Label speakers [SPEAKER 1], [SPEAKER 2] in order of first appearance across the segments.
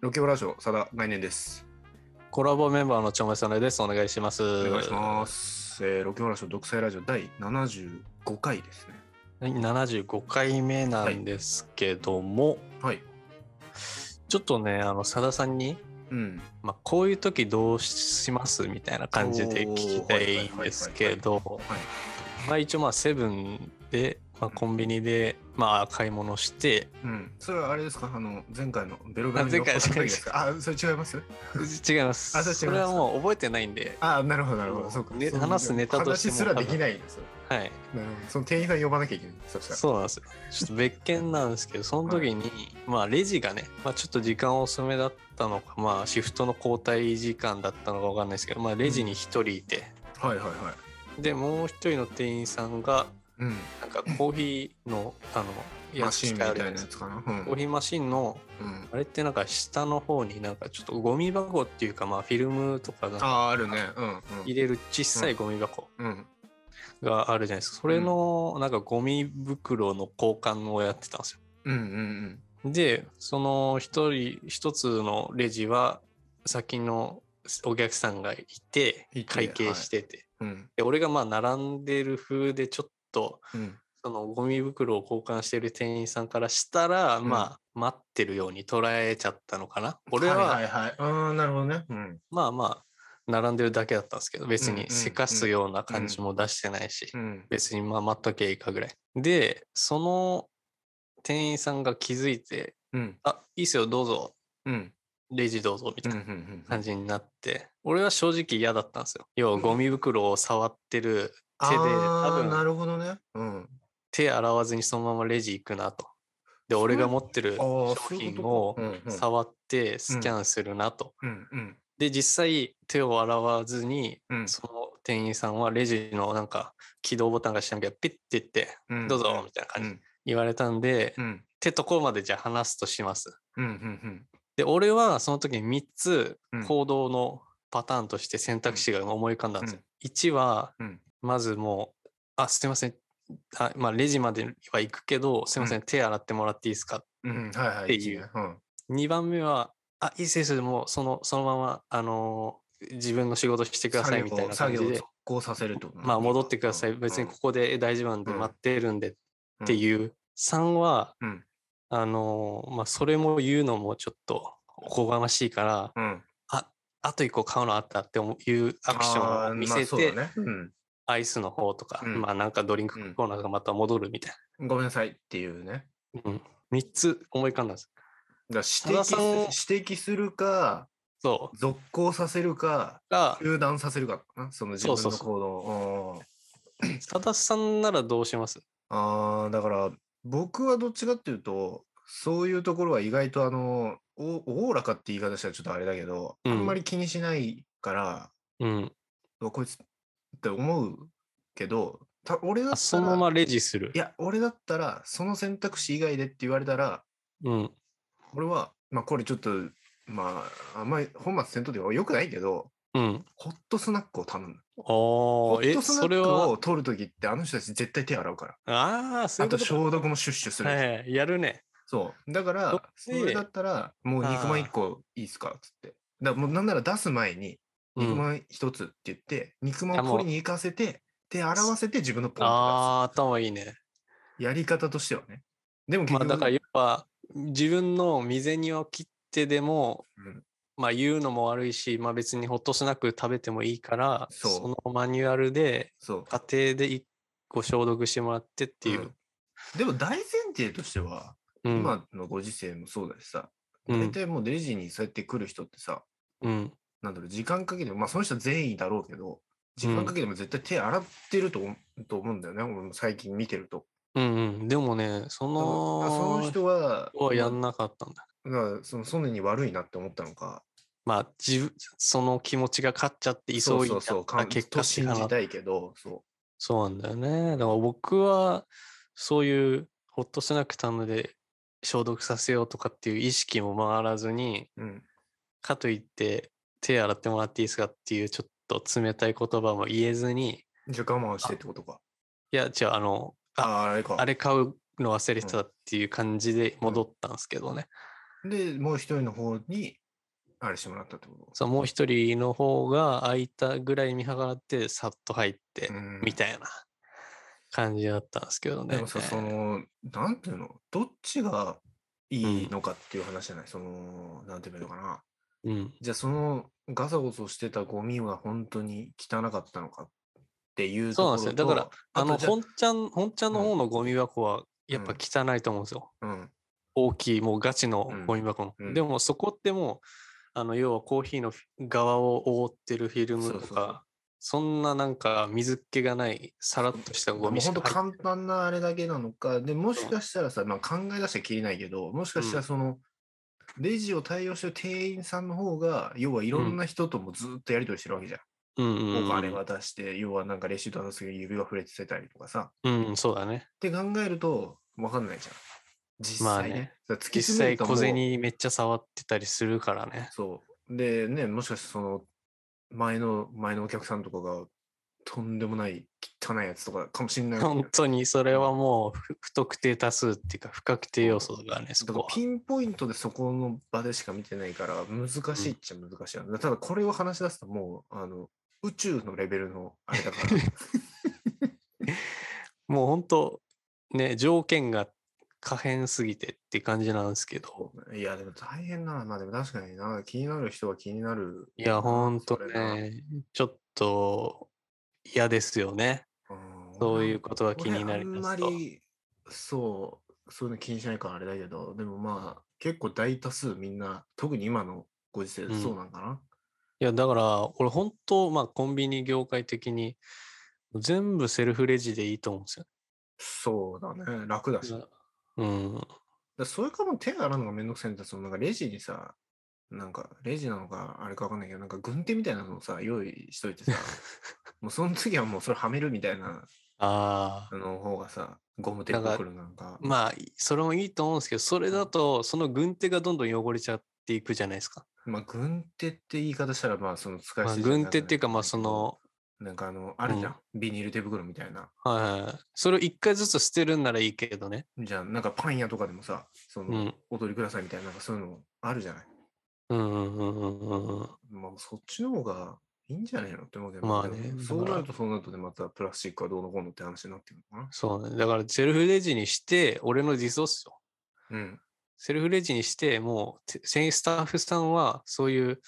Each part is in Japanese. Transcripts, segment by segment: [SPEAKER 1] ロケオラジオ、さだ来年です。
[SPEAKER 2] コラボメンバーのちょめさねです。お願いします。
[SPEAKER 1] お
[SPEAKER 2] お
[SPEAKER 1] 願いします。えー、ロケオラジオ、独裁ラジオ第75回ですね。
[SPEAKER 2] す。75回目なんですけども、
[SPEAKER 1] はい。
[SPEAKER 2] ちょっとね、あの、さださんに、
[SPEAKER 1] うん。
[SPEAKER 2] まあ、こういう時どうしますみたいな感じで聞きたいんですけど、まあ一応まあセブンで、まあ、コンビニで、まあ買い物して、
[SPEAKER 1] うん。それはあれですかあの、前回のベロベロ
[SPEAKER 2] あ前回
[SPEAKER 1] の時ですかあ、そ れ違います
[SPEAKER 2] 違います。
[SPEAKER 1] あそれ違います
[SPEAKER 2] それはもう覚えてないんで、
[SPEAKER 1] あ、なるほど、なるほど。そ
[SPEAKER 2] そう
[SPEAKER 1] うか。
[SPEAKER 2] ね
[SPEAKER 1] そう
[SPEAKER 2] 話すネタとしても
[SPEAKER 1] 話すらできないんですよ。
[SPEAKER 2] はい。
[SPEAKER 1] なるほど。その店員さん呼ばなきゃいけない。そしたら。
[SPEAKER 2] そうなんですよ。ちょっと別件なんですけど、その時に、まあレジがね、まあちょっと時間遅めだったのか、まあシフトの交代時間だったのかわかんないですけど、まあレジに一人いて、
[SPEAKER 1] はいはいはい。
[SPEAKER 2] で、もう一人の店員さんが、
[SPEAKER 1] うん。
[SPEAKER 2] なんかコーヒーの、あの、
[SPEAKER 1] マシーンみたいな
[SPEAKER 2] や
[SPEAKER 1] や
[SPEAKER 2] つ
[SPEAKER 1] つかな。うん。
[SPEAKER 2] コーヒーマシンの、
[SPEAKER 1] うん、
[SPEAKER 2] あれってなんか下の方になんかちょっとゴミ箱っていうか、まあフィルムとかが
[SPEAKER 1] あー、あるね。うん。
[SPEAKER 2] 入れる小さいゴミ箱
[SPEAKER 1] うん。うん。
[SPEAKER 2] があるじゃないですか。それの、なんかゴミ袋の交換をやってたんですよ。
[SPEAKER 1] うんうん
[SPEAKER 2] で、その一人、一つのレジは、先のお客さんがいて
[SPEAKER 1] いて、
[SPEAKER 2] 会計してて、
[SPEAKER 1] うん。うん。
[SPEAKER 2] で、俺がまあ、並んでる風で、ちょっと、
[SPEAKER 1] うん。
[SPEAKER 2] そのゴミ袋を交換してる店員さんからしたら、
[SPEAKER 1] うん
[SPEAKER 2] まあ、待ってるように捉えちゃったのかな。俺は、
[SPEAKER 1] はいはいはい。うん、なるほどね。うん。
[SPEAKER 2] まあまあ、並んでるだけだったんですけど、別
[SPEAKER 1] うんうん
[SPEAKER 2] にせかすような感じも出してないし、
[SPEAKER 1] うん。
[SPEAKER 2] 別にまあ、待っとけばいいかぐらい。で、その店員さんが気づいて、
[SPEAKER 1] うん。
[SPEAKER 2] あ、いいっすよ、どうぞ。
[SPEAKER 1] うん。
[SPEAKER 2] レジどうぞみた
[SPEAKER 1] う
[SPEAKER 2] い
[SPEAKER 1] んう
[SPEAKER 2] なん
[SPEAKER 1] うん
[SPEAKER 2] 感じになって、俺は正直嫌だったんですよ。要はゴミ袋を触ってる手で、
[SPEAKER 1] あ
[SPEAKER 2] 多
[SPEAKER 1] ーな
[SPEAKER 2] 分
[SPEAKER 1] るほどね。うん。
[SPEAKER 2] 手洗わずにそのままレジ行くなと。で、俺が持ってる
[SPEAKER 1] あ
[SPEAKER 2] 商
[SPEAKER 1] ーそういう
[SPEAKER 2] 品
[SPEAKER 1] こ
[SPEAKER 2] を
[SPEAKER 1] とかうんうん
[SPEAKER 2] 触ってスキャンするなと。
[SPEAKER 1] うんうん
[SPEAKER 2] で、実際手を洗わずに、
[SPEAKER 1] うん
[SPEAKER 2] その店員さんはレジのなんか起動ボタンがしなきゃピッて言って、
[SPEAKER 1] うん
[SPEAKER 2] どうぞみた
[SPEAKER 1] う
[SPEAKER 2] いな感じ
[SPEAKER 1] ん
[SPEAKER 2] 言われたんで
[SPEAKER 1] う、ん
[SPEAKER 2] 手とこまでじゃあ話すとします。
[SPEAKER 1] うんうん
[SPEAKER 2] で、俺はその時に3つ
[SPEAKER 1] うん
[SPEAKER 2] 行動のパターンとして選択肢が思い浮かんだんですよ
[SPEAKER 1] うん。
[SPEAKER 2] 1は、
[SPEAKER 1] うん
[SPEAKER 2] まずもう、あ、すいません。あまあ、レジまでは行くけど、すいません、
[SPEAKER 1] う
[SPEAKER 2] 手洗ってもらっていいですか。
[SPEAKER 1] うんうんはいはい
[SPEAKER 2] っていう
[SPEAKER 1] ねうん
[SPEAKER 2] 2番目は、あ、いいですよ、もうその、そのまま、あのー自分の仕事してくださいみたいな
[SPEAKER 1] 作
[SPEAKER 2] 感
[SPEAKER 1] 業
[SPEAKER 2] じ
[SPEAKER 1] を
[SPEAKER 2] で
[SPEAKER 1] 続、行させるってことね
[SPEAKER 2] まあ、戻ってください。
[SPEAKER 1] うん
[SPEAKER 2] 別にここで大丈夫なんで
[SPEAKER 1] うん
[SPEAKER 2] 待ってるんでっていう。3は、
[SPEAKER 1] うん
[SPEAKER 2] あのーまあ、それも言うのもちょっとおこがましいから、
[SPEAKER 1] うんうん
[SPEAKER 2] あと一個買うのあったって思ういうアクション
[SPEAKER 1] あー
[SPEAKER 2] を見
[SPEAKER 1] まあ
[SPEAKER 2] せ
[SPEAKER 1] そうだ
[SPEAKER 2] て、
[SPEAKER 1] ねうん
[SPEAKER 2] アイスの方とか、
[SPEAKER 1] うん
[SPEAKER 2] まあなんかドリンクコーナーがまた戻るみたい
[SPEAKER 1] ごめんなさいっていうね。
[SPEAKER 2] な。うん。3つ思い浮かんだんです。
[SPEAKER 1] だから指摘
[SPEAKER 2] 多田さんを
[SPEAKER 1] す指摘するか、
[SPEAKER 2] そう。
[SPEAKER 1] 続行させるか、
[SPEAKER 2] が、
[SPEAKER 1] 中断させるかな、その自分の
[SPEAKER 2] そうそうそ
[SPEAKER 1] 行動を。うん
[SPEAKER 2] さださんならどうします
[SPEAKER 1] ああ、だから僕はどっちかっていうと、そういうところは意外とあの、おおおらかって言い方したらちょっとあれだけど、
[SPEAKER 2] うん
[SPEAKER 1] あんまり気にしないから、
[SPEAKER 2] うん。
[SPEAKER 1] うわこいつって思うけど、た俺だった
[SPEAKER 2] あ
[SPEAKER 1] ら、
[SPEAKER 2] そのままレジする
[SPEAKER 1] い。や、俺だったら、その選択肢以外でって言われたら、
[SPEAKER 2] うん。
[SPEAKER 1] 俺は、まあこれちょっと、まあ、あんまり本末転倒というかよくないけど、
[SPEAKER 2] うん。
[SPEAKER 1] ホットスナックを頼む。ホ
[SPEAKER 2] おー、
[SPEAKER 1] ッ
[SPEAKER 2] え、
[SPEAKER 1] トスナ
[SPEAKER 2] それ
[SPEAKER 1] ック
[SPEAKER 2] は
[SPEAKER 1] を、取るときって、あの人たち絶対手洗うから。
[SPEAKER 2] ああ、そ
[SPEAKER 1] あ
[SPEAKER 2] ういうこととか。
[SPEAKER 1] 消毒もシュッシュするんですよ。
[SPEAKER 2] はいはい、やるね。
[SPEAKER 1] そう。だから、そ
[SPEAKER 2] で
[SPEAKER 1] れだったら、もう肉まん
[SPEAKER 2] あー
[SPEAKER 1] 1個いいっすかっつって。だからもうなんなら出す前に、
[SPEAKER 2] う
[SPEAKER 1] 肉
[SPEAKER 2] ん、
[SPEAKER 1] まん1つって言って、肉ま
[SPEAKER 2] あ
[SPEAKER 1] んを
[SPEAKER 2] もう
[SPEAKER 1] 取りに行かせて、手洗わせて自分のポンと
[SPEAKER 2] ああ、頭いいね。
[SPEAKER 1] 出す。やり方としてはね。でも結
[SPEAKER 2] まあ
[SPEAKER 1] 局、
[SPEAKER 2] だからやっぱ自分の身銭を切ってでも、
[SPEAKER 1] うん
[SPEAKER 2] まあ言うのも悪いし、まあ別にホットスナック食べてもいいから、
[SPEAKER 1] そう
[SPEAKER 2] のマニュアルで
[SPEAKER 1] そう。
[SPEAKER 2] 家庭で一個消毒してもらってってい
[SPEAKER 1] う
[SPEAKER 2] う。
[SPEAKER 1] んでも大前提としては、
[SPEAKER 2] うん、
[SPEAKER 1] 今のご時世もそうだしさ、
[SPEAKER 2] うん
[SPEAKER 1] 大体もうレジにそうやって来る人ってさ、
[SPEAKER 2] うん、
[SPEAKER 1] なんだろう、時間かけても、まあその人善意だろうけど、時間かけても絶対手洗ってると思うと思うんだよね、俺も最近見てると。
[SPEAKER 2] うん、うん。でもね、そ
[SPEAKER 1] だからあそ
[SPEAKER 2] の
[SPEAKER 1] の人は、
[SPEAKER 2] はやんなかったんだ。
[SPEAKER 1] だからそのソネに悪いなって思ったのか、
[SPEAKER 2] まあ、自分その気持ちが勝っちゃって急
[SPEAKER 1] そう
[SPEAKER 2] い
[SPEAKER 1] そう
[SPEAKER 2] じゃ
[SPEAKER 1] そ
[SPEAKER 2] っ
[SPEAKER 1] う、か
[SPEAKER 2] た
[SPEAKER 1] ん
[SPEAKER 2] 結
[SPEAKER 1] と
[SPEAKER 2] 果
[SPEAKER 1] 信
[SPEAKER 2] って
[SPEAKER 1] じ
[SPEAKER 2] 話
[SPEAKER 1] たいけど、そ
[SPEAKER 2] そうなんだよね。だから僕は、そういうホッとしなくたので消毒させようとかっていう意識も回らずに、
[SPEAKER 1] う。うん。
[SPEAKER 2] かといって手洗ってもらっていいですかっていうちょっと冷たい言葉も言えずに、
[SPEAKER 1] じゃあ我慢してってことか。
[SPEAKER 2] いや、違う、あの、
[SPEAKER 1] ああ、あれか。
[SPEAKER 2] あれ買うの忘れてたっていう感じで戻ったんですけどね。
[SPEAKER 1] で、もう一人の方に、あれしてもらったってこと
[SPEAKER 2] そうもう一人の方が空いたぐらい見計らってさっと入って
[SPEAKER 1] うん
[SPEAKER 2] みたいな感じだったんですけどね。
[SPEAKER 1] でもさ、その、なんていうの、どっちがいいのかっていう話じゃない、その、なんて言えばいいのかな。
[SPEAKER 2] うん、
[SPEAKER 1] じゃあ、その、ガサゴソしてたゴミは本当に汚かったのかっていうところ
[SPEAKER 2] そうなんです
[SPEAKER 1] と
[SPEAKER 2] よだから、あの
[SPEAKER 1] とじゃ
[SPEAKER 2] 本ちゃん本ちゃんの方のゴミ箱はやっぱ汚いと思うんですよ。
[SPEAKER 1] うん、
[SPEAKER 2] 大きいもうガチのゴミ箱の、
[SPEAKER 1] うんうん
[SPEAKER 2] でもそこってもうあの要はコーヒーのフィ側を覆ってるフィルムと
[SPEAKER 1] そ
[SPEAKER 2] かそう
[SPEAKER 1] そうそうん
[SPEAKER 2] ななんか水っ気がないさらっとしたゴミし
[SPEAKER 1] 本当
[SPEAKER 2] か入っ
[SPEAKER 1] 簡単なあれだけなのか、でもしかしたらさ、まあ、考え出しちゃきりないけど、もしかしたらその、レジを対応してる店員さんの方が、要はいろんな人ともずっとやり取りしてるわけじゃん。
[SPEAKER 2] うんうんうん
[SPEAKER 1] お金渡して、要はなんかレシート渡す時に指が触れてたりとかさ。
[SPEAKER 2] うんそうだね
[SPEAKER 1] って考えると、わかんないじゃん。実
[SPEAKER 2] まあ
[SPEAKER 1] 際ね
[SPEAKER 2] ね。
[SPEAKER 1] だから突き
[SPEAKER 2] 実
[SPEAKER 1] 詰める
[SPEAKER 2] 際
[SPEAKER 1] と
[SPEAKER 2] 小
[SPEAKER 1] もう
[SPEAKER 2] 銭めっちゃ触ってたりするからね
[SPEAKER 1] そう。でね、もしかしてその、前の、前のお客さんとかが、とんでもない汚いやつとかかもしれないわけじゃん
[SPEAKER 2] 本当にそれはもう不不特定多数っていうか不確定要素だからねそ
[SPEAKER 1] だから
[SPEAKER 2] こは
[SPEAKER 1] ピンポイントでそこの場でしか見てないから難しいっちゃ難しいな、ただこれを話し出すともうあの宇宙のレベルのあれだから
[SPEAKER 2] もう本当ね条件が可変すぎてって感じなんですけど
[SPEAKER 1] いやでも大変なまあでも確かにな気になる人は気になる
[SPEAKER 2] いや、ほんと
[SPEAKER 1] それな
[SPEAKER 2] ね、ちょっと嫌ですよね。
[SPEAKER 1] ん
[SPEAKER 2] そういうことが気になり
[SPEAKER 1] 俺あん
[SPEAKER 2] ま
[SPEAKER 1] ます
[SPEAKER 2] と。
[SPEAKER 1] りそうそういうの気にしないからあれだけどでもまあ結構大多数みんな特に今のご時世
[SPEAKER 2] うん
[SPEAKER 1] そうなんかな、
[SPEAKER 2] いや、だから、俺本当、まあ、コンビニ業界的に、全部セルフレジでいいと思うんで
[SPEAKER 1] そうだね楽だし
[SPEAKER 2] すよ。うん。
[SPEAKER 1] だそれかも手洗うのがめんどくさいんだったらそのなんかレジにさ、なんかレジなのかあれかわかんないけど、なんか軍手みたいなのをさ、用意しと いてさ、もうその次はもうそれはめるみたいな
[SPEAKER 2] ああ。
[SPEAKER 1] の方がさ、ゴム手袋なんか。
[SPEAKER 2] まあ、それもいいと思うんですけど、それだと、その軍手がどんどん汚れちゃっていくじゃないですか。
[SPEAKER 1] まあ、軍手って言い方したら、まあ、その使い
[SPEAKER 2] まあ、
[SPEAKER 1] 捨て
[SPEAKER 2] 軍手っていうか、まあ、そ、の、
[SPEAKER 1] なんかあの、あるじゃん、ビニール手袋みたいな。
[SPEAKER 2] はいはい、それを一回ずつ捨てるんならいいけどね。
[SPEAKER 1] じゃあ、なんかパン屋とかでもさ、そうの、
[SPEAKER 2] ん。
[SPEAKER 1] お取りくださいみたいな、なんかそういうのあるじゃない。
[SPEAKER 2] うんうんうんうんうんうん。
[SPEAKER 1] まあ、そっちの方がいいんじゃないのって思うけど、
[SPEAKER 2] まあね
[SPEAKER 1] でも
[SPEAKER 2] だ
[SPEAKER 1] そう
[SPEAKER 2] から
[SPEAKER 1] なるとそうなるとで、またプラスチックはどうのこうのって話になってくるのか
[SPEAKER 2] そうね。だから、セルフレジにして、俺の理想っすよ。
[SPEAKER 1] な。うん。
[SPEAKER 2] セルフレジにして、もうて、せんスタッフさんは、そういう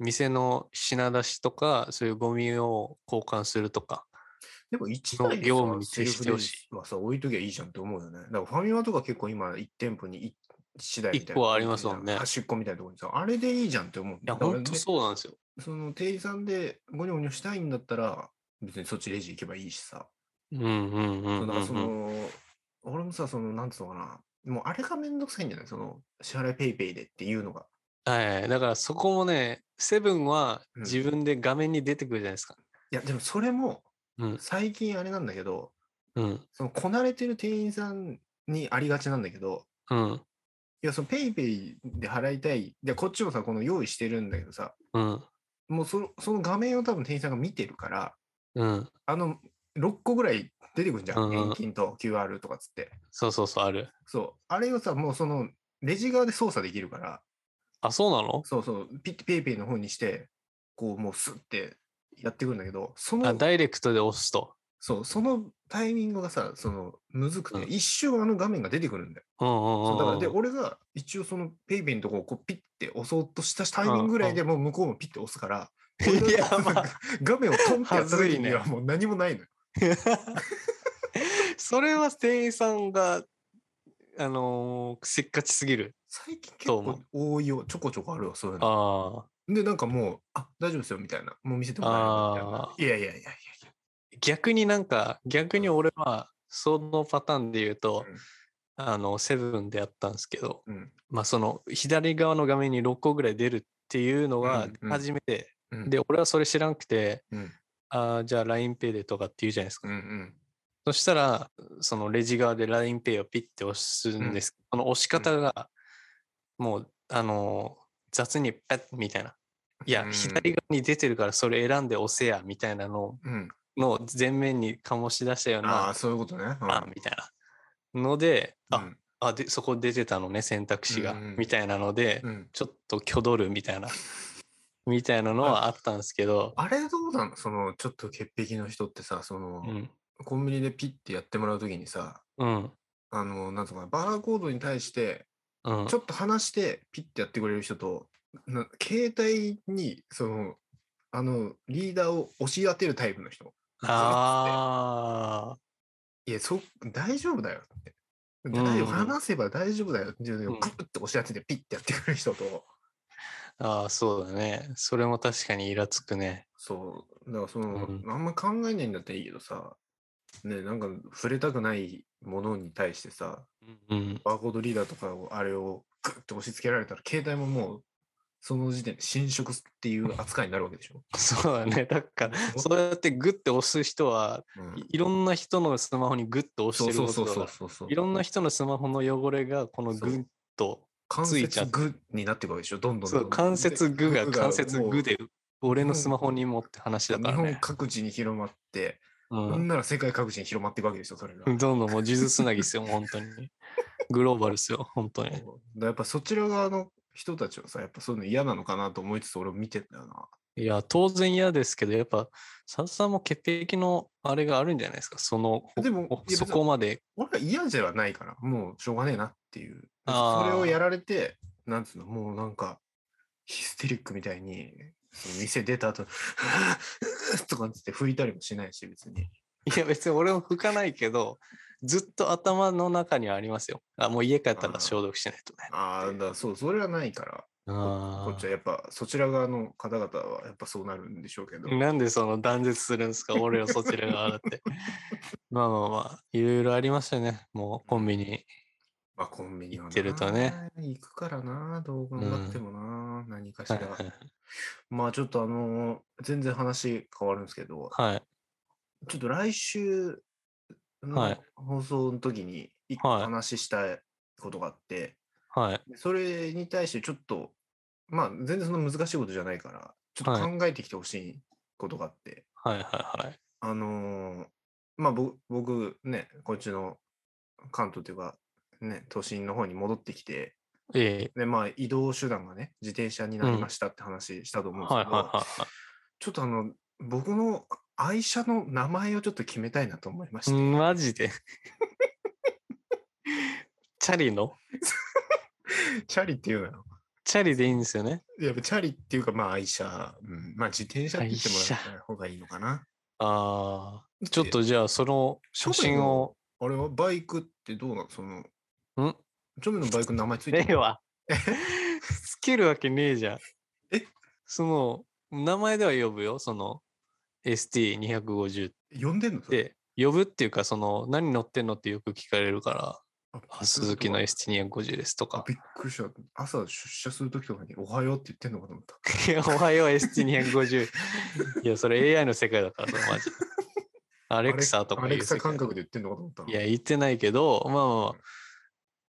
[SPEAKER 2] 店の品出しとか、そういうゴミを交換するとか。
[SPEAKER 1] でも一
[SPEAKER 2] の
[SPEAKER 1] 台
[SPEAKER 2] 業務に
[SPEAKER 1] セ
[SPEAKER 2] 徹
[SPEAKER 1] ル
[SPEAKER 2] し
[SPEAKER 1] フ
[SPEAKER 2] て
[SPEAKER 1] レ
[SPEAKER 2] ほ
[SPEAKER 1] ジ
[SPEAKER 2] しい
[SPEAKER 1] はさ、置いときゃいいじゃんって思うよね。だからファミマとか結構今、1店舗に1台みたいな。
[SPEAKER 2] 一個はありますもんね
[SPEAKER 1] 端っこみたいなところにさ、あれでいいじゃんって思う。
[SPEAKER 2] い
[SPEAKER 1] だ
[SPEAKER 2] や、
[SPEAKER 1] から
[SPEAKER 2] ほんとそうなんですよ。
[SPEAKER 1] ねその店員さんでゴニョゴニョしたいんだったら、別にそっちレジ行けばいいしさ。
[SPEAKER 2] うんうんうんうん
[SPEAKER 1] だからそ
[SPEAKER 2] うん。
[SPEAKER 1] の、俺もさ、その、なんつうのかな。もうあれがめんどくさいんじゃないその、支払いペイペイでっていうのが。
[SPEAKER 2] はい。だから、そこもね、セブンは
[SPEAKER 1] うん
[SPEAKER 2] 自分で画面に出てくるじゃないですか。
[SPEAKER 1] いや、でもそれも、
[SPEAKER 2] うん。
[SPEAKER 1] 最近あれなんだけど、
[SPEAKER 2] うん。
[SPEAKER 1] その、こなれてる店員さんにありがちなんだけど、
[SPEAKER 2] うん。
[SPEAKER 1] いや、そのペイペイで払いたい。で、こっちもさ、この用意してるんだけどさ、
[SPEAKER 2] うん。
[SPEAKER 1] もうそのその画面を多分店員さんが見てるから、
[SPEAKER 2] うん。
[SPEAKER 1] あの、6個ぐらい出てくるじゃ。
[SPEAKER 2] うんんうん
[SPEAKER 1] 現金と QR とかっつって。
[SPEAKER 2] そうそうそう、ある。
[SPEAKER 1] そう。あれをさ、もうその、レジ側で操作できるから、
[SPEAKER 2] あ、そうなの
[SPEAKER 1] そうそう、ピッペイペイの方にして、こう、もうスッてやってくるんだけど、そ
[SPEAKER 2] あ
[SPEAKER 1] の、
[SPEAKER 2] ダイレクトで押すと。
[SPEAKER 1] そう、そのタイミングがさ、その、むずくて、
[SPEAKER 2] うん
[SPEAKER 1] 一瞬あの画面が出てくるんだよ。
[SPEAKER 2] うんうんうん。
[SPEAKER 1] そううんだからで俺が一応そのペイペイのとこをこうピッて押そうとしたタイミングぐらいでもう向こうもピッて押すから、俺が
[SPEAKER 2] いやまあ
[SPEAKER 1] 画面をトンってやった時には
[SPEAKER 2] は
[SPEAKER 1] もう何もないのよ。
[SPEAKER 2] それは店員さんが、あのーせっかちすぎる。
[SPEAKER 1] 最近結
[SPEAKER 2] どうも
[SPEAKER 1] 構多いよ、ちょこちょこあるわ、そういうの。
[SPEAKER 2] ああ。
[SPEAKER 1] で、なんかもう、あ大丈夫ですよみたいな、もう見せてもらえればみたいな
[SPEAKER 2] あ。
[SPEAKER 1] いやいやいやいやい
[SPEAKER 2] 逆になんか、逆に俺は、そのパターンで言うと、あの、セブンでやったんですけど、
[SPEAKER 1] や。うん
[SPEAKER 2] まあその、左側の画面に6個ぐらい出るっていうのが
[SPEAKER 1] うんうん
[SPEAKER 2] 初めて、
[SPEAKER 1] うん、
[SPEAKER 2] で、俺はそれ知らんくて、
[SPEAKER 1] うん、
[SPEAKER 2] ああ、じゃあ LINEPay でとかって言うじゃないですか。
[SPEAKER 1] うん、うん。
[SPEAKER 2] そしたら、そのレジ側で LINEPay をピッて押すんですけど、その押し方が、もう、あのー雑にペッみたいな。いや、
[SPEAKER 1] うん
[SPEAKER 2] 左側に出てるからそれ選んで押せや、みたいなの
[SPEAKER 1] うん、
[SPEAKER 2] の前面に醸し出したよう
[SPEAKER 1] あ
[SPEAKER 2] な
[SPEAKER 1] あ、、そういうことね。うん
[SPEAKER 2] あみたいな。ので、あ、
[SPEAKER 1] うん
[SPEAKER 2] あでそこ出てたのね選択肢が、
[SPEAKER 1] うんうん
[SPEAKER 2] みたいなので、
[SPEAKER 1] うん。
[SPEAKER 2] ちょっと挙取るみたい なみたいなのはあったんですけど、
[SPEAKER 1] あれどうなのその、ちょっと潔癖の人ってさ、その、
[SPEAKER 2] うん
[SPEAKER 1] コンビニでピッてやってもらうときにさ、
[SPEAKER 2] うん
[SPEAKER 1] あの、なんとかな、バーコードに対して、
[SPEAKER 2] うん、
[SPEAKER 1] ちょっと離して、ピッてやってくれる人と、な携帯に、その、あの、リーダーを押し当てるタイプの人。
[SPEAKER 2] あ
[SPEAKER 1] いや、そ、大丈夫だよって。
[SPEAKER 2] ん
[SPEAKER 1] 大丈夫話せば大丈夫だよっていうのを
[SPEAKER 2] うん
[SPEAKER 1] カプって押し当ててピッてやってくれる人と、
[SPEAKER 2] ーあーそうだねそれも確かにイラつくね
[SPEAKER 1] そう、だからその、
[SPEAKER 2] うん
[SPEAKER 1] あんま考えないんだったらいいけどさ、ね、なんか触れたくないものに対してさ、
[SPEAKER 2] うん
[SPEAKER 1] バーコードリーダーとかをあれをグッて押し付けられたら、携帯ももう、その時点で侵食っていう扱いになるわけでしょ。
[SPEAKER 2] そうだねだから そうやってグッて押す人は
[SPEAKER 1] うん
[SPEAKER 2] いいろんな人のスマホにグッと押
[SPEAKER 1] そ
[SPEAKER 2] し
[SPEAKER 1] う
[SPEAKER 2] てる
[SPEAKER 1] そう
[SPEAKER 2] こ
[SPEAKER 1] そ
[SPEAKER 2] と
[SPEAKER 1] うそう
[SPEAKER 2] が
[SPEAKER 1] そうそう。
[SPEAKER 2] いろんな人のスマホの汚れがこのグッと
[SPEAKER 1] 関
[SPEAKER 2] ついちゃ
[SPEAKER 1] 節
[SPEAKER 2] う
[SPEAKER 1] グになっていくわけでしょ、どんどん
[SPEAKER 2] そ
[SPEAKER 1] どん
[SPEAKER 2] う
[SPEAKER 1] どん。
[SPEAKER 2] 関節グ
[SPEAKER 1] で
[SPEAKER 2] が関節グ。
[SPEAKER 1] も
[SPEAKER 2] で俺のスマホにもって話だ
[SPEAKER 1] う日
[SPEAKER 2] から
[SPEAKER 1] 本
[SPEAKER 2] ね、
[SPEAKER 1] 各地に広まって、
[SPEAKER 2] う、
[SPEAKER 1] なんんなら世界各地に広まっていくわけですよ、それが。
[SPEAKER 2] どんどんもう数珠つなぎですよもう本当にグローバルですよ本当
[SPEAKER 1] だ
[SPEAKER 2] に
[SPEAKER 1] からやっぱそちら側の人たちはさ、やっぱそういうの嫌なのかなと思いつつ俺も見てんだよな。
[SPEAKER 2] いや当然嫌ですけどやっぱ佐々さんも潔癖のあれがあるんじゃないですかそのほ
[SPEAKER 1] でもいや
[SPEAKER 2] ほ
[SPEAKER 1] 別に
[SPEAKER 2] そこまで
[SPEAKER 1] 俺は嫌じゃないから、もうしょうがねえなっていう。
[SPEAKER 2] あ
[SPEAKER 1] そ
[SPEAKER 2] ー
[SPEAKER 1] れをやられて、なんつうの、もうなんか、ヒステリックみたいに、その店出た後、 とかっつって拭いたりもしないし、別に。
[SPEAKER 2] いや別に俺も拭かないけどずっと頭の中にはありますよあもう家帰ったら消毒しないとね
[SPEAKER 1] ああ、だからそう、それはないから、こ
[SPEAKER 2] あ
[SPEAKER 1] っち
[SPEAKER 2] ー
[SPEAKER 1] はやっぱそちら側の方々はやっぱそうなるんでしょうけど。
[SPEAKER 2] なんでその断絶するんですか俺らそちら側だって。 まあまあまあ、いろいろありましたね。もうコンビニ。
[SPEAKER 1] まあコンビニはな
[SPEAKER 2] 行ってるとね。
[SPEAKER 1] 行くからな、どう頑張ってもな、何かし
[SPEAKER 2] は
[SPEAKER 1] ら
[SPEAKER 2] い。はい
[SPEAKER 1] まあちょっとあのー全然話変わるんですけど、
[SPEAKER 2] はい。
[SPEAKER 1] ちょっと来週
[SPEAKER 2] は
[SPEAKER 1] の
[SPEAKER 2] い
[SPEAKER 1] 放送の時に一個
[SPEAKER 2] はい
[SPEAKER 1] 話したいことがあって、
[SPEAKER 2] はい。
[SPEAKER 1] それに対してちょっと、まあ全然そんな難しいことじゃないから、ちょっ
[SPEAKER 2] は
[SPEAKER 1] と考えてきてほしいことがあって、
[SPEAKER 2] はい。はい。
[SPEAKER 1] あのーまあぼ僕ね、こっちの関東というか、ね、都心の方に戻ってきて、
[SPEAKER 2] ええ。
[SPEAKER 1] で、まあ、移動手段がね、自転車になりましたって話したと思うんです
[SPEAKER 2] はい。はい。
[SPEAKER 1] けど、
[SPEAKER 2] は
[SPEAKER 1] ちょっとあの、僕の愛車の名前をちょっと決めたいなと思いまし
[SPEAKER 2] い。
[SPEAKER 1] て、
[SPEAKER 2] はい。マジで。 チャリの
[SPEAKER 1] チャリっていうのよ。
[SPEAKER 2] チャリでいいんですよね。
[SPEAKER 1] やっぱチャリっていうか、まあ愛車、うん、まあ自転車って言ってもらった方がいいのかな。
[SPEAKER 2] ああ。ちょっとじゃあ、その写真を。
[SPEAKER 1] あれはバイクってどうなのその、
[SPEAKER 2] ん
[SPEAKER 1] チョメのバイクの名前ついて
[SPEAKER 2] ねえ
[SPEAKER 1] る
[SPEAKER 2] わ。つけるわけねえじゃん。
[SPEAKER 1] え
[SPEAKER 2] その、名前では呼ぶよ。その、ST250
[SPEAKER 1] 呼んでんのそれ
[SPEAKER 2] で、呼ぶっていうか、その、何乗ってんのってよく聞かれるから、
[SPEAKER 1] あ
[SPEAKER 2] あ鈴木の
[SPEAKER 1] びっ
[SPEAKER 2] ST250 です とか
[SPEAKER 1] く、りしたびっくりした。朝出社するときとかにおはようって言ってんのかと思った。
[SPEAKER 2] いや、おはよう ST250。い や、それ AI の世界だから、それマジで。アレクサとか
[SPEAKER 1] アレ
[SPEAKER 2] 言
[SPEAKER 1] ク
[SPEAKER 2] う
[SPEAKER 1] サ
[SPEAKER 2] 世
[SPEAKER 1] 感
[SPEAKER 2] 界。
[SPEAKER 1] 覚で言ってんのかと思った。
[SPEAKER 2] いや、言ってないけど、まあまあまあ
[SPEAKER 1] うん、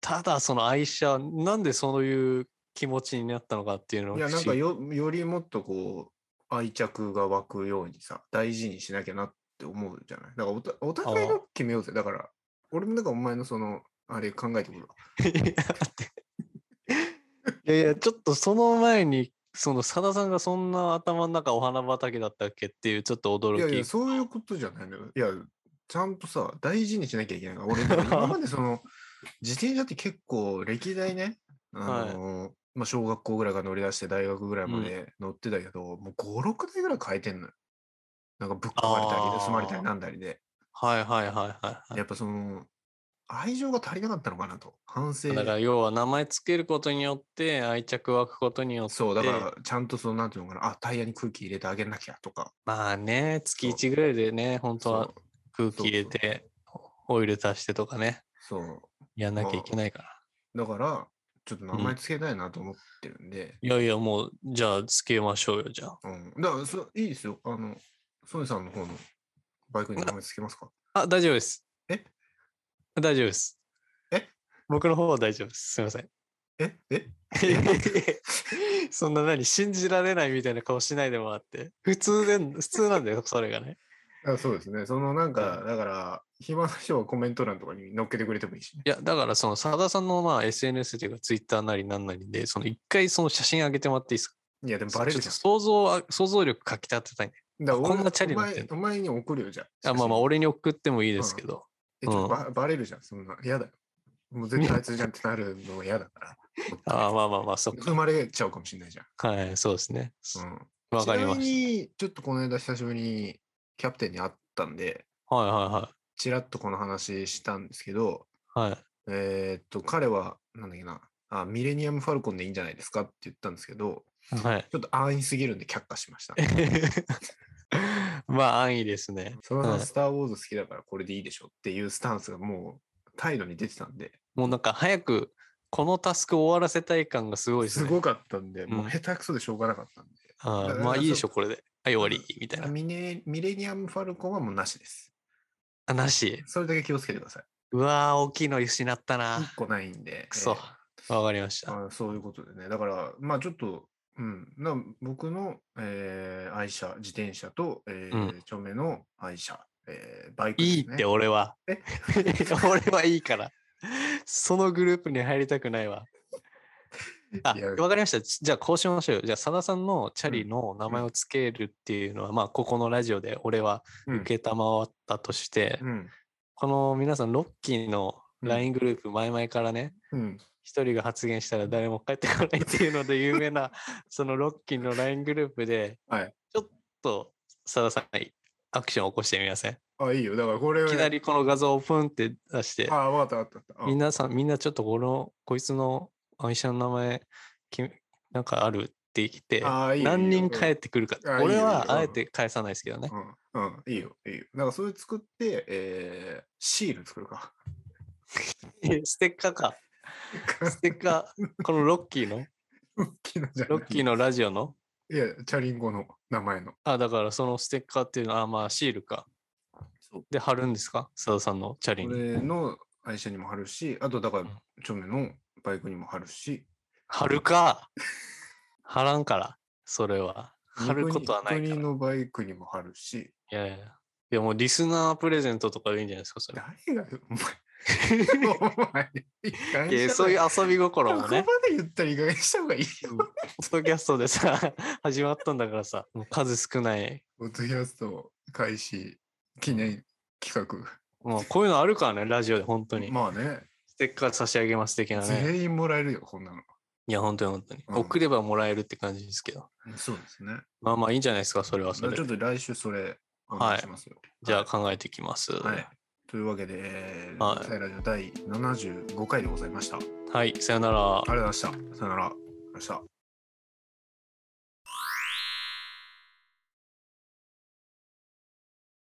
[SPEAKER 2] ただその愛車、なんでそういう気持ちになったのかっていうのを
[SPEAKER 1] いや、なんかよよりもっとこう、愛着が湧くようにさ、大事にしなきゃなって思うじゃない。だからおたお互い
[SPEAKER 2] ああ
[SPEAKER 1] の決めようぜ。だから、俺もなんかお前のその、あれ考えてみるわ。
[SPEAKER 2] いや待っていやいや、ちょっとその前に、そのさださんがそんな頭の中お花畑だったっけっていうちょっと驚き。
[SPEAKER 1] いやいや、そういうことじゃないのよ。いや、ちゃんとさ、大事にしなきゃいけないから、俺、 だから今までその、自転車って結構、歴代ね、あの、まあ、小学校ぐらいから乗り出して、大学ぐらいまで乗ってたけど、もう5、6台ぐらい変えてんのよ。なんかぶっ壊れた
[SPEAKER 2] あ
[SPEAKER 1] り、
[SPEAKER 2] あ
[SPEAKER 1] 盗まれたりなんだりで。
[SPEAKER 2] はいはいはいはいは
[SPEAKER 1] やっぱその、愛情が足りなかったのかなと。反省
[SPEAKER 2] い。。だから要は名前つけることによって愛着湧くことによって。
[SPEAKER 1] そう、だから、ちゃんとその、なんていうのかな、あ、タイヤに空気入れてあげなきゃとか。
[SPEAKER 2] まあね、月
[SPEAKER 1] そう
[SPEAKER 2] 1ぐらいでね、本当は
[SPEAKER 1] そう
[SPEAKER 2] 空気入れて、オイル足してとかね、
[SPEAKER 1] そう。
[SPEAKER 2] やんなきゃいけないから。
[SPEAKER 1] だから、ちょっと名前つけたいなと思ってるんで、
[SPEAKER 2] いやいや、もう、じゃあつけましょうよ、じゃあ。
[SPEAKER 1] うん。だからそ、いいですよ。あの、ソニーさんの方のバイクに名前つけますか
[SPEAKER 2] あ、大丈夫です。
[SPEAKER 1] え
[SPEAKER 2] 大丈夫です。
[SPEAKER 1] え
[SPEAKER 2] 僕の方は大丈夫です。すいません。
[SPEAKER 1] ええ
[SPEAKER 2] そんな何信じられないみたいな顔しないでもらって。普通で、普通なんだよ、それがね。
[SPEAKER 1] あそうですね。そのなんか、だから、暇な人はコメント欄とかに載っけてくれてもいいしね。
[SPEAKER 2] いや、だからその、さださんのまあ SNS というか、ツイッターなりなんなりで、その一回その写真上げてもらっていいですか
[SPEAKER 1] いや、でもバレる
[SPEAKER 2] ち
[SPEAKER 1] じ
[SPEAKER 2] ょ
[SPEAKER 1] ゃ
[SPEAKER 2] っと想像は、想像力かき立てたいね。
[SPEAKER 1] ん。だから俺
[SPEAKER 2] こんなチャリ
[SPEAKER 1] お
[SPEAKER 2] 乗ってん
[SPEAKER 1] 前
[SPEAKER 2] の
[SPEAKER 1] お前に送るよ、じゃあ。
[SPEAKER 2] あまあまあ、
[SPEAKER 1] 写
[SPEAKER 2] 俺に送ってもいいですけど。
[SPEAKER 1] 真。えちょっとばバレるじゃん、そんな。嫌だよ。もう絶対あいつじゃんってなるのが嫌だから。
[SPEAKER 2] あまあまあまあ、そっ
[SPEAKER 1] 生まれちゃうかもしれないじゃ
[SPEAKER 2] か。はい、そうですね。
[SPEAKER 1] ん。うん。
[SPEAKER 2] わかりま
[SPEAKER 1] ちなみ
[SPEAKER 2] し
[SPEAKER 1] に、ちょっとこの間久しぶりにキャプテンに会ったんで、
[SPEAKER 2] た。はいは
[SPEAKER 1] ちらっとこの話したんですけど、
[SPEAKER 2] いはい。はい。
[SPEAKER 1] えーっと、彼は、なんだっけな、あ、ミレニアム・ファルコンでいいんじゃないですかって言ったんですけど、
[SPEAKER 2] はい。
[SPEAKER 1] ちょっと安易すぎるんで却下しました。
[SPEAKER 2] まあ、安易ですね。
[SPEAKER 1] そのさ
[SPEAKER 2] は
[SPEAKER 1] ん、
[SPEAKER 2] い
[SPEAKER 1] スター・ウォーズ好きだからこれでいいでしょっていうスタンスがもう態度に出てたんで、
[SPEAKER 2] もうなんか早く、このタスク終わらせたい感がすごいです
[SPEAKER 1] す
[SPEAKER 2] ね。
[SPEAKER 1] ごかったんで、もううん下手くそでしょうがなかったんで、
[SPEAKER 2] あ
[SPEAKER 1] だ
[SPEAKER 2] ー
[SPEAKER 1] から
[SPEAKER 2] まあいいでしょ、これで。はい、終わり。みたいな。
[SPEAKER 1] ミネミレニアム・ファルコンはもうなしです。
[SPEAKER 2] あなし。
[SPEAKER 1] それだけ気をつけてください。
[SPEAKER 2] うわー、大きいの失ったな。
[SPEAKER 1] 1個ないんで。
[SPEAKER 2] くそ
[SPEAKER 1] え。
[SPEAKER 2] わかりま
[SPEAKER 1] ー
[SPEAKER 2] した。
[SPEAKER 1] あそういうことでね。だから、まあちょっと、うん、な僕の、えー愛車、自転車と、えー
[SPEAKER 2] う
[SPEAKER 1] 著名の愛車、えーバイク、
[SPEAKER 2] いいって、俺 は。
[SPEAKER 1] え
[SPEAKER 2] 俺はいいから。そのグループに入りたくないわ。あ
[SPEAKER 1] いや、
[SPEAKER 2] わかりました。じゃあ、こうしましょうよ。じゃあ、さださんのチャリの名前をつけるっていうのは、まあ、ここのラジオで俺は
[SPEAKER 1] うん
[SPEAKER 2] 受けたまわったとして、
[SPEAKER 1] うん。
[SPEAKER 2] この皆さん、ロッキーの LINE グループ、前々からね、
[SPEAKER 1] うん。
[SPEAKER 2] 一人が発言したら誰も帰ってこないっていうので有名 なそのロッキーの LINE グループで、
[SPEAKER 1] はい
[SPEAKER 2] ちょっとさださんにアクションを起こしてみません
[SPEAKER 1] あ、いいよ。だからこれ
[SPEAKER 2] い
[SPEAKER 1] は
[SPEAKER 2] きなりこの画像をプンって出して
[SPEAKER 1] あ、わかったわかったわかった。
[SPEAKER 2] みんなさんみんなちょっとこのこいつの愛車の名前きなんかあるって来て
[SPEAKER 1] あーいいよ
[SPEAKER 2] 何
[SPEAKER 1] いい
[SPEAKER 2] 人
[SPEAKER 1] よ
[SPEAKER 2] 返ってくるか
[SPEAKER 1] あーいいよ
[SPEAKER 2] 俺
[SPEAKER 1] いいよ
[SPEAKER 2] はあえ
[SPEAKER 1] うん
[SPEAKER 2] て返さないですけどね
[SPEAKER 1] うん、うん、いいよ、いいよ。なんかそれ作って、えー、シール作るか。
[SPEAKER 2] ステッカーかステッカーこのロッキーの
[SPEAKER 1] ロッキー のじゃない
[SPEAKER 2] ロッキーのラジオの
[SPEAKER 1] いや、チャリンコの名前の。
[SPEAKER 2] あだからそのステッカーっていうのはあまあシールか
[SPEAKER 1] そう
[SPEAKER 2] で貼るんですかさださんのチャリに
[SPEAKER 1] 俺の愛車にも貼るし、あとだか
[SPEAKER 2] う
[SPEAKER 1] ら
[SPEAKER 2] ん、
[SPEAKER 1] チョメのバイクにも貼るし、
[SPEAKER 2] 貼るか貼らんからそれは貼ることはない
[SPEAKER 1] ニ
[SPEAKER 2] か
[SPEAKER 1] コニ
[SPEAKER 2] らい
[SPEAKER 1] のバイクにも貼るし、
[SPEAKER 2] やいやいやもうリスナープレゼントとかでいいんじゃないですかそれ
[SPEAKER 1] 誰が、 お前、お前、いい加減に
[SPEAKER 2] い
[SPEAKER 1] し
[SPEAKER 2] や
[SPEAKER 1] た
[SPEAKER 2] そういう遊び
[SPEAKER 1] こ
[SPEAKER 2] 心
[SPEAKER 1] こ
[SPEAKER 2] も
[SPEAKER 1] ま
[SPEAKER 2] ね
[SPEAKER 1] で言ったらいい加減にした方がいいよ。
[SPEAKER 2] ポッドキャストでさ 始まったんだからさもう数少ない
[SPEAKER 1] ポッドキャスト開始記念企画。
[SPEAKER 2] もうこういうのあるからねラジオで本当に、
[SPEAKER 1] まあね、
[SPEAKER 2] ステッカー差し上げます的なね
[SPEAKER 1] 全員もらえるよ、こんなの。
[SPEAKER 2] いや本当に本当に、
[SPEAKER 1] うん
[SPEAKER 2] 送ればもらえるって感じですけど
[SPEAKER 1] そうですね。
[SPEAKER 2] まあまあいいんじゃないですかそれはそれ
[SPEAKER 1] ちょっと来週それお願いしますよ。
[SPEAKER 2] じゃあ考えていきます
[SPEAKER 1] はい。というわけで、えー
[SPEAKER 2] はい
[SPEAKER 1] 国際ラジオ第75回でございました。ありがと
[SPEAKER 2] はい、さよなら。
[SPEAKER 1] うございました。さよなら。ありがとうございました。